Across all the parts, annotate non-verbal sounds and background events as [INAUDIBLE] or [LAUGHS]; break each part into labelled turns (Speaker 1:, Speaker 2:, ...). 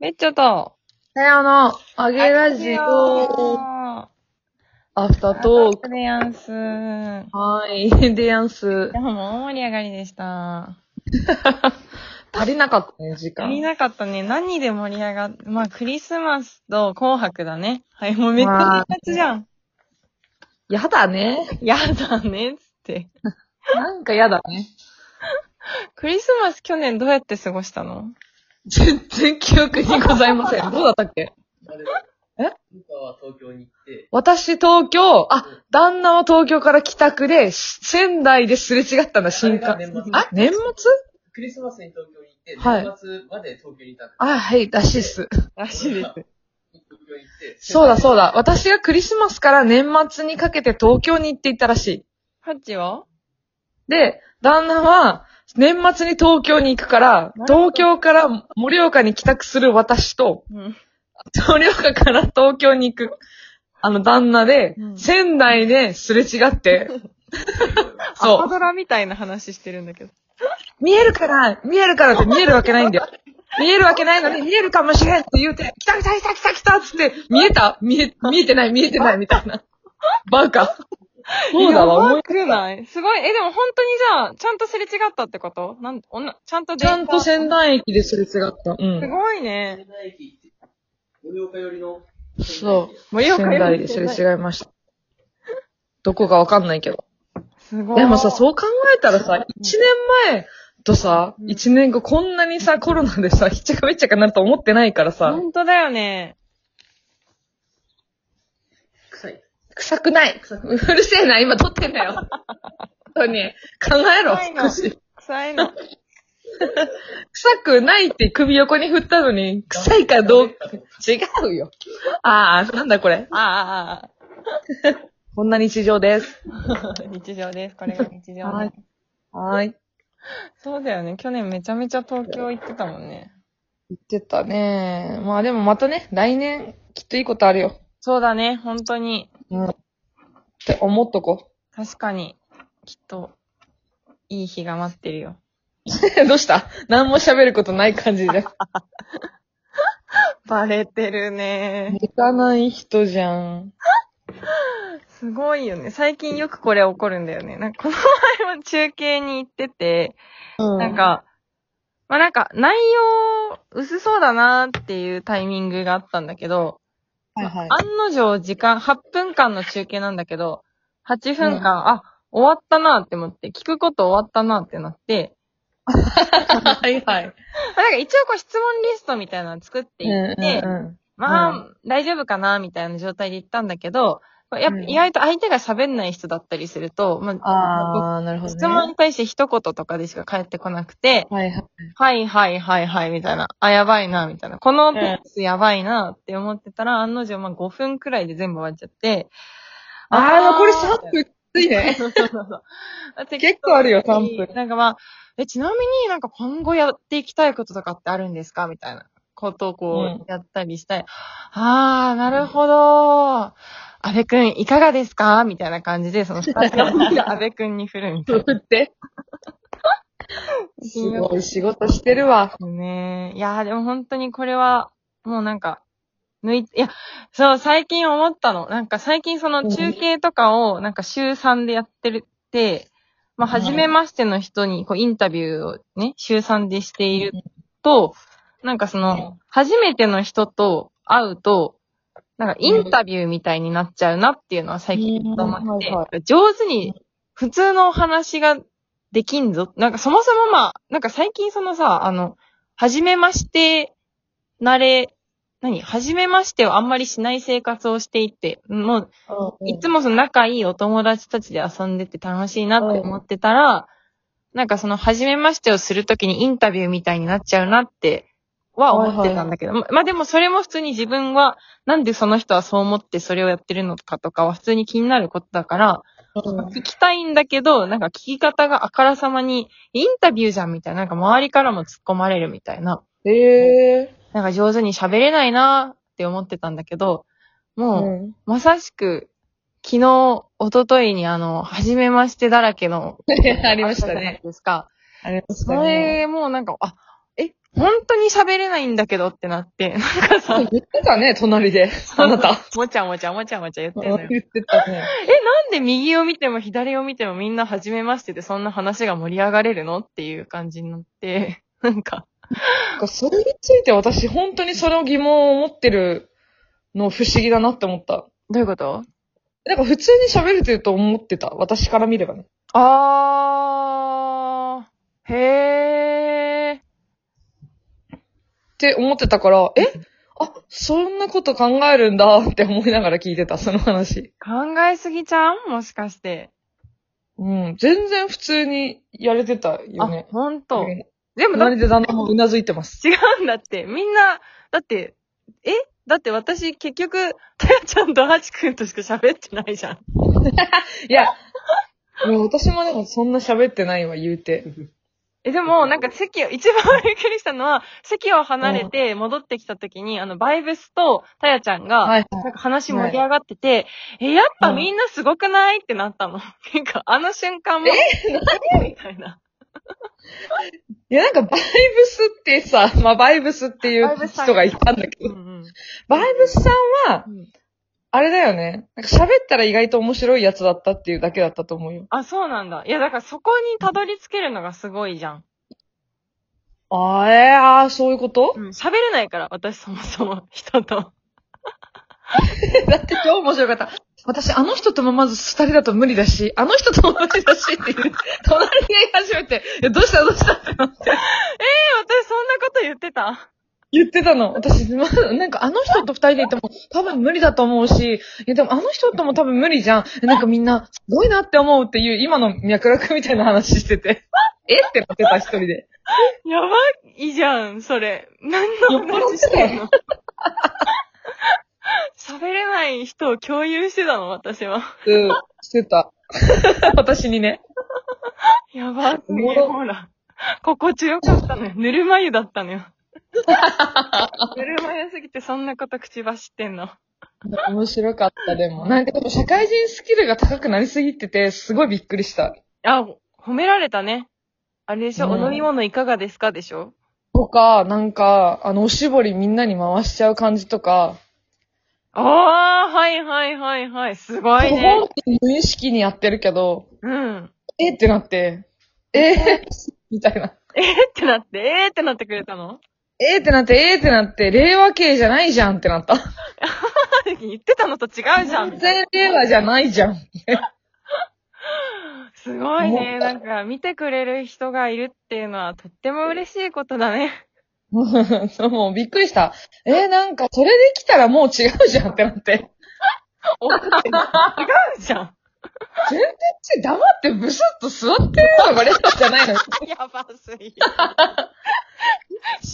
Speaker 1: めっちゃと。
Speaker 2: さよの、あげラジオ、
Speaker 1: あ
Speaker 2: アフタートーク。
Speaker 1: でやんす。い
Speaker 2: はーい、でやんす。
Speaker 1: や、もう大盛り上がりでした。
Speaker 2: 足りなかったね、時
Speaker 1: 足り
Speaker 2: 間。
Speaker 1: なかったね。何で盛り上がっ、まあ、クリスマスと紅白だね。はい、もうめっちゃ熱烈じゃん。
Speaker 2: やだね。
Speaker 1: やだね、つって。
Speaker 2: なんかやだね。
Speaker 1: クリスマス去年どうやって過ごしたの
Speaker 2: 全然記憶にございませ [LAUGHS] ん。どうだったっけえ
Speaker 3: ルカは東京に行って、
Speaker 2: 私、東京、あ、旦那は東京から帰宅で、し仙台ですれ違ったんだ、新幹
Speaker 3: あれが年末
Speaker 2: あ、年末
Speaker 3: クリスマスに東京に行って、
Speaker 2: はい
Speaker 3: 年末まで東京にいたんだ。
Speaker 2: あ、はい、らしいっす。
Speaker 1: らしいです。
Speaker 3: 東京に行って、
Speaker 2: そうだ、そうだ。私がクリスマスから年末にかけて東京に行っていたらしい。
Speaker 1: ハッチは
Speaker 2: で、旦那は、年末に東京に行くから、
Speaker 1: なるほど
Speaker 2: 東京から盛岡に帰宅する私と、
Speaker 1: うん。
Speaker 2: 盛岡から東京に行く、あの、旦那で、
Speaker 1: うん
Speaker 2: 仙台ですれ違って、
Speaker 1: そう。
Speaker 2: そ
Speaker 1: 朝ドラみたいな話してるんだけど。
Speaker 2: う、見えるから、見えるからって見えるわけないんだよ。見えるわけないのに、見えるかもしれんって言うて、来た来た来た来た来たっつって、見えた見え、見えてない見えてないみたいな。バ
Speaker 1: [LAUGHS]
Speaker 2: カ。そうだわ、
Speaker 1: や
Speaker 2: 思
Speaker 1: ば
Speaker 2: い。
Speaker 1: くないすごい。え、でも本当にじゃあ、ちゃんとすれ違ったってことなん、おな、ちゃんと
Speaker 2: ちゃんと仙台駅ですれ違った。う
Speaker 1: す
Speaker 2: ん。
Speaker 1: ごいね。
Speaker 3: 仙台駅行って、盛岡寄りの、
Speaker 2: そう。
Speaker 1: 盛
Speaker 2: 仙台ですれ違いました。どこかわかんないけど。
Speaker 1: すごい。
Speaker 2: でもさ、
Speaker 1: う。
Speaker 2: そう考えたらさ、一年前とさ、
Speaker 1: うん
Speaker 2: 一年後こんなにさ、コロナでさ、ひっちゃかめっちゃかなると思ってないからさ、
Speaker 1: 本当だよね。
Speaker 3: 臭い。
Speaker 2: 臭くない。うるせえな、今撮ってんだよ。本当に。考えろ、
Speaker 1: 臭いの
Speaker 2: 少し。
Speaker 1: 臭い [LAUGHS] の。
Speaker 2: 臭くないって首横に振ったのに、臭いかどうか。違うよ。あー、なんだこれ。
Speaker 1: ああ、
Speaker 2: こんな日常です。
Speaker 1: ああ。 [LAUGHS] 日常です。これが日常
Speaker 2: は
Speaker 1: ね
Speaker 2: い。はーい。
Speaker 1: そうだよね。去年めちゃめちゃ東京行ってたもんね。
Speaker 2: 言ってたね。まあでもまたね、来年、きっといいことあるよ。
Speaker 1: そうだね。本当に。
Speaker 2: うん。って思っとこ。
Speaker 1: 確かに。きっと、いい日が待ってるよ。
Speaker 2: どう [LAUGHS] した何も喋ることない感じ [LAUGHS] じゃん。
Speaker 1: バレてるね。
Speaker 2: 行かない人じゃん。
Speaker 1: すごいよね。最近よくこれ起こるんだよね。なんかこの前も中継に行ってて、
Speaker 2: う
Speaker 1: なん、か、まあなんか内容薄そうだなっていうタイミングがあったんだけど、
Speaker 2: はいはい。
Speaker 1: 案の定時間、8分間の中継なんだけど、8分間、あ、終わったなって思って、聞くこと終わったなってなって、
Speaker 2: はいはい。
Speaker 1: まあなんか一応こう質問リストみたいなの作って
Speaker 2: うん
Speaker 1: いって、
Speaker 2: うん
Speaker 1: まあ、
Speaker 2: う
Speaker 1: 大丈夫かなみたいな状態で行ったんだけど、やっぱ
Speaker 2: うん
Speaker 1: 意外と相手が喋んない人だったりすると、まあ、
Speaker 2: ああ、なるほど、ね。
Speaker 1: 質問に対して一言とかでしか返ってこなくて、
Speaker 2: はいはい。
Speaker 1: はいはいはいはいみたいな、あ、やばいな、みたいな、このペースやばいなって思ってたら、案の定まあ5分くらいで全部終わっちゃって、
Speaker 2: ああ、残り3
Speaker 1: 分
Speaker 2: 分きついね。
Speaker 1: そうそうそう
Speaker 2: 結構あるよ、3分。
Speaker 1: なんかまあ、え、ちなみになんか今後やっていきたいこととかってあるんですかみたいなことをこ
Speaker 2: う
Speaker 1: う、やったりしたい。あー、なるほど。安部くん、いかがですかみたいな感じで、そのスタッフの人が安部くんに振るみたいな。
Speaker 2: 振って。 [LAUGHS] す
Speaker 1: 信用
Speaker 2: ごい仕事してるわ。
Speaker 1: ねいやー、でも本当にこれは、もうなんか、抜いて、いや、そう、最近思ったの。なんか最近その中継とかを、なんか週3でやってるって、まあ、
Speaker 2: はい
Speaker 1: 初めましての人に、こう、インタビューをね、週3でしていると、なんかその、初めての人と会うと、なんかインタビューみたいになっちゃうなっていうのは最近ずっと思ってて、
Speaker 2: うんはい
Speaker 1: 上手に普通のお話ができんぞ。なんかそもそもまあ、なんか最近そのさ、あの、はじめまして、慣れ、何はじめましてをあんまりしない生活をしていて、もう、いつもその仲いいお友達たちで遊んでて楽しいなって思ってたら、なんかその、はじめましてをするときにインタビューみたいになっちゃうなって、は思ってたんだけど、ままあでもそれも普通に自分は、なんでその人はそう思ってそれをやってるのかとかは普通に気になることだから、
Speaker 2: うん
Speaker 1: 聞きたいんだけど、なんか聞き方があからさまに、インタビューじゃんみたいな、なんか周りからも突っ込まれるみたいな。
Speaker 2: へえ。
Speaker 1: なんか上手に喋れないなって思ってたんだけど、もう、
Speaker 2: うん。
Speaker 1: まさしく、昨日、一昨日にあの、初めましてだらけの、
Speaker 2: [LAUGHS] [LAUGHS] ありました
Speaker 1: あったじゃない
Speaker 2: ね。
Speaker 1: ですか。
Speaker 2: ありまし
Speaker 1: そ
Speaker 2: たね。
Speaker 1: れ、もうなんか、あ、え、本当に喋れないんだけどってなって、 [LAUGHS] なんかさ、
Speaker 2: 言ってたね、隣で。あなた。
Speaker 1: もちゃもちゃもちゃもちゃ言ってんのよ。
Speaker 2: 言ってたね。
Speaker 1: なんで右を見ても左を見てもみんな初めましてでそんな話が盛り上がれるのっていう感じになって、 [LAUGHS] なんか、
Speaker 2: なんかそれについて私本当にその疑問を持ってるの不思議だなって思った。
Speaker 1: どういうこと
Speaker 2: なんか普通に喋れてると思ってた。私から見ればね。
Speaker 1: あー、へー。
Speaker 2: って思ってたから、えあ、そんなこと考えるんだって思いながら聞いてた、その話。
Speaker 1: 考えすぎちゃうもしかして。
Speaker 2: うん。全然普通にやれてたよ
Speaker 1: あ
Speaker 2: ね、。
Speaker 1: ほんと。
Speaker 2: ん。
Speaker 1: でもだっ
Speaker 2: 隣で旦那もうなずいてます。
Speaker 1: 違うんだって。みんな、だって、えだって私結局、たやちゃんとはちくんとしか喋ってないじゃん。
Speaker 2: いや、もう私もでもそんな喋ってないわ、言うて。
Speaker 1: え、でも、なんか席を、一番びっくりしたのは、席を離れて戻ってきた時に、あの、バイブスとたやちゃんが、
Speaker 2: はい。
Speaker 1: なんか話盛り上がってて、え、やっぱみんなすごくないってなったの。 [LAUGHS] なんか、あの瞬間も、みたいな。
Speaker 2: いや、なんか、バイブスってさ、まあ、バイブスってい
Speaker 1: バイブ
Speaker 2: う
Speaker 1: スさん
Speaker 2: 人がいたんだけ
Speaker 1: うん
Speaker 2: ど、
Speaker 1: うん。
Speaker 2: バイブスさんは
Speaker 1: うん、
Speaker 2: あれだよね。なんか喋ったら意外と面白いやつだったっていうだけだったと思うよ。
Speaker 1: あ、そうなんだ。いや、だからそこにたどり着けるのがすごいじゃん。
Speaker 2: あーえー、あーそういうこと
Speaker 1: うん、喋れないから、私そもそも、人と。
Speaker 2: [LAUGHS] だって超面白かった。私、あの人ともまず二人だと無理だし、あの人とも無理だしって言う。 [LAUGHS] 隣で言い始めて、いやどうしたどうしたってなって。
Speaker 1: 私そんなこと言ってた
Speaker 2: 言ってたの。私、まあなんかあの人と二人でいても多分無理だと思うし、いやでもあの人とも多分無理じゃん。えなんかみんな、すごいなって思うっていう今の脈絡みたいな話してて。 [LAUGHS] えってなってた一人で。
Speaker 1: やばいじゃん、それ。何の話してんの喋れない人を共有してたの、私は。
Speaker 2: うん、してた。 [LAUGHS] 私にね。
Speaker 1: やばすぎ
Speaker 2: おも
Speaker 1: る、
Speaker 2: ろ
Speaker 1: ほら。心地よかったのよ。ぬるま湯だったの
Speaker 2: [LAUGHS]
Speaker 1: よ。ぬるま湯すぎてそんなこと口走ってんの。
Speaker 2: 面白かった、でも。なんかでも社会人スキルが高くなりすぎてて、すごいびっくりした。
Speaker 1: あ、褒められたね。あれでしょ、
Speaker 2: うん
Speaker 1: お飲み物いかがですかでしょ
Speaker 2: とか、なんか、あの、おしぼりみんなに回しちゃう感じとか、
Speaker 1: ああ、はいはいはいはい。すごいね
Speaker 2: 本。人無意識にやってるけど、
Speaker 1: うん。
Speaker 2: えーってなって、え [LAUGHS] ー、みたいな。
Speaker 1: えー、ってなって、えー、ってなってくれたの
Speaker 2: えーってなって、えーってなって、令和系じゃないじゃんってなった。
Speaker 1: 言ってたのと違うじゃん
Speaker 2: 全。然令和じゃないじゃん。 [LAUGHS]
Speaker 1: すごい
Speaker 2: も
Speaker 1: ね。
Speaker 2: う
Speaker 1: なんか、見てくれる人がいるっていうのはとっても嬉しいことだ [LAUGHS] ね。
Speaker 2: そうもうびっくりした。えー、なんか、それできたらもう違うじゃんってなって。
Speaker 1: お違うじゃん。
Speaker 2: 全然黙ってブスッと座ってるのが令和じゃないの。
Speaker 1: やばすぎ。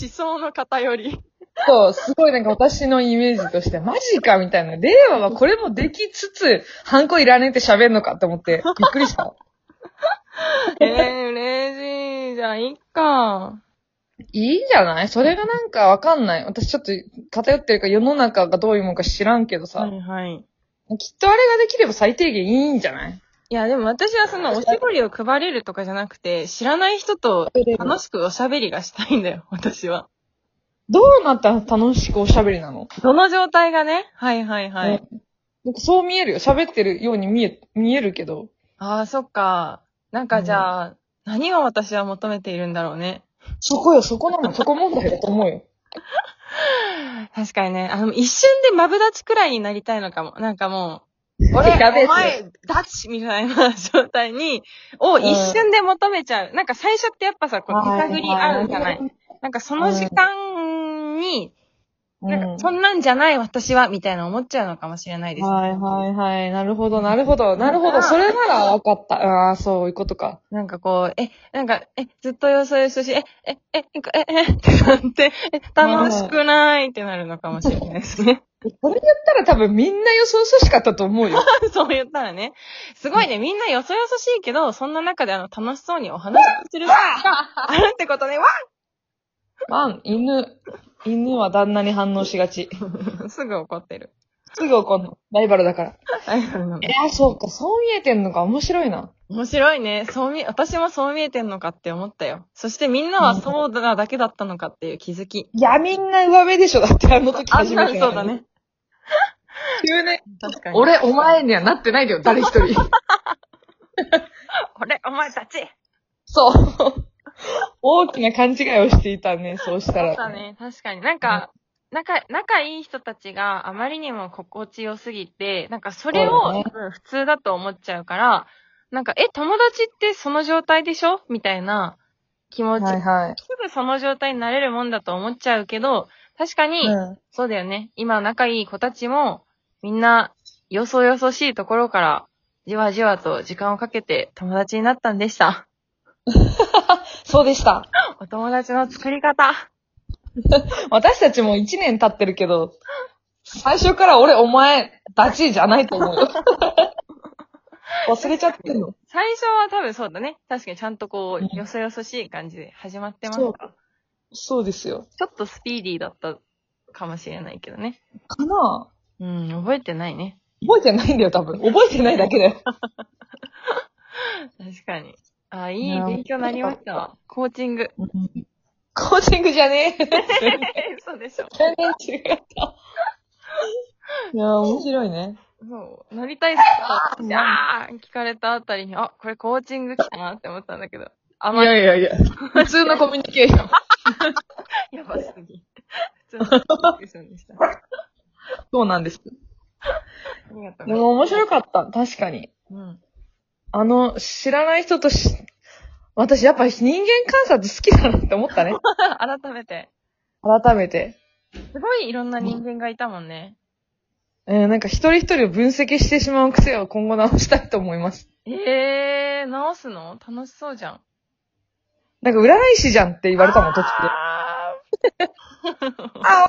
Speaker 1: 思想の偏り。
Speaker 2: そう、すごいなんか私のイメージとして、マジかみたいな。令和はこれもできつつ、ハンコいらねえって喋るのかって
Speaker 1: [LAUGHS]
Speaker 2: 思って、びっくりした。
Speaker 1: えー、嬉しいじゃん。いっか。
Speaker 2: いいじゃないそれがなんかわかんない。私ちょっと偏ってるから世の中がどういうもんか知らんけどさ、
Speaker 1: はいはい。
Speaker 2: きっとあれができれば最低限いいんじゃない
Speaker 1: いや、でも私はそのおしぼりを配れるとかじゃなくて、知らない人と楽しくおしゃべりがしたいんだよ、私は。
Speaker 2: どうなったら楽しくおしゃべりなの
Speaker 1: どの状態がね。はいはいはい。
Speaker 2: ねなんかそう見えるよ。喋ってるように見え、見えるけど。
Speaker 1: ああ、そっか。なんかじゃあ、何を私は求めているんだろうね。
Speaker 2: そこよ、そこなの。そこ問題だと思うよ。
Speaker 1: 確かにね。あの、一瞬でマブダチくらいになりたいのかも。なんかもう、
Speaker 2: [LAUGHS]
Speaker 1: 俺、
Speaker 2: やべえ
Speaker 1: お前、ダチみたいな状態に、を一瞬で求めちゃう。なんか最初ってやっぱさ、こう、手探りあるじゃない。なんかその時間に、
Speaker 2: うん
Speaker 1: なんかそんなんじゃない私は、みたいな思っちゃうのかもしれないです。
Speaker 2: はいはいはい。なるほど、なるほど、なるほど。それなら分かった。ああ、そういうことか。
Speaker 1: なんかこう、え、なんか、え、ずっとよそよそしい、え、え、え、え、え、え、ってなって、え、楽しくないってなるのかもしれないですね。
Speaker 2: それやったら多分みんな予想そしかったと思う [LAUGHS] よ。
Speaker 1: [LAUGHS] そう言ったらね。すごいね、みんなよそよそしいけど、そんな中であの、楽しそうにお話しするあるってことね。わ
Speaker 2: ワン、犬。犬は旦那に反応しがち。
Speaker 1: っすぐ怒ってる。
Speaker 2: すぐ怒んの。ライバルだから。
Speaker 1: え
Speaker 2: えー、そうか、そう見えてんのか、面白いな。
Speaker 1: 面白いね。そう見、私もそう見えてんのかって思ったよ。そしてみんなはそうなだけだったのかっていう気づき。
Speaker 2: いや、みんな上辺でしょ、だってあの時
Speaker 1: あ、そ
Speaker 2: 初
Speaker 1: う
Speaker 2: めて。
Speaker 1: だ。ね。
Speaker 2: 急ね。
Speaker 1: 確かに。
Speaker 2: 俺、お前にはなってないだよ、誰一人。
Speaker 1: 俺、お前たち
Speaker 2: [LAUGHS] そう。大きな勘違いをしていたね、そうした
Speaker 1: そ
Speaker 2: ら。
Speaker 1: うだね。確かに。なんか、仲、仲いい人たちがあまりにも心地よすぎて、なんかそれ
Speaker 2: そうだ
Speaker 1: を、
Speaker 2: ね
Speaker 1: うん普通だと思っちゃうから、なんか、え、友達ってその状態でしょみたいな気持ち、
Speaker 2: はいは
Speaker 1: すぐその状態になれるもんだと思っちゃうけど、確か
Speaker 2: い。
Speaker 1: に、
Speaker 2: うん
Speaker 1: そうだよね。今仲いい子たちも、みんな、よそよそしいところから、じわじわと時間をかけて友達になったんでした。
Speaker 2: そうでした。
Speaker 1: お友達の作り方。
Speaker 2: 私たちも一年経ってるけど、最初から俺、お前、ダチじゃないと思 [LAUGHS] うよ。忘れちゃってんの。
Speaker 1: 最初は多分そうだね。確かにちゃんとこ
Speaker 2: うん
Speaker 1: う、よそよそしい感じで始まってますから。
Speaker 2: そうですよ。
Speaker 1: ちょっとスピーディーだったかもしれないけどね。
Speaker 2: かなぁ
Speaker 1: うん、覚えてないね。
Speaker 2: 覚えてないんだよ、多分。覚えてないだけだよ。
Speaker 1: 確かに。あ、い
Speaker 2: い
Speaker 1: い
Speaker 2: や
Speaker 1: 勉強になりましたわ。コーチ
Speaker 2: [LAUGHS]
Speaker 1: ング。
Speaker 2: コーチングじゃねえ。 [LAUGHS]
Speaker 1: え、そうでしょ。
Speaker 2: 全然違った。いやー、面白いね。
Speaker 1: そう。なりたい人が、あー聞かれたあたりに、あ、これコーチング来たなって思ったんだけど。あ
Speaker 2: い
Speaker 1: まり
Speaker 2: やいやいや、普通のコミュニケーション。
Speaker 1: やばすぎ。普通のコミュニケーションでした。あ
Speaker 2: そうなんです。
Speaker 1: りがとうございます
Speaker 2: でも面白かった。確かに。
Speaker 1: うん。 [LAUGHS]
Speaker 2: あの、知らない人とし、私やっぱ人間観察好きだなって思ったね。
Speaker 1: 改めて。
Speaker 2: 改めて。
Speaker 1: すごいいろんな人間がいたもんね。
Speaker 2: うん、なんか一人一人を分析してしまう癖を今後直したいと思います。
Speaker 1: えー、直すの楽しそうじゃん。
Speaker 2: なんか占い師じゃんって言われたもん、途中で。
Speaker 1: あー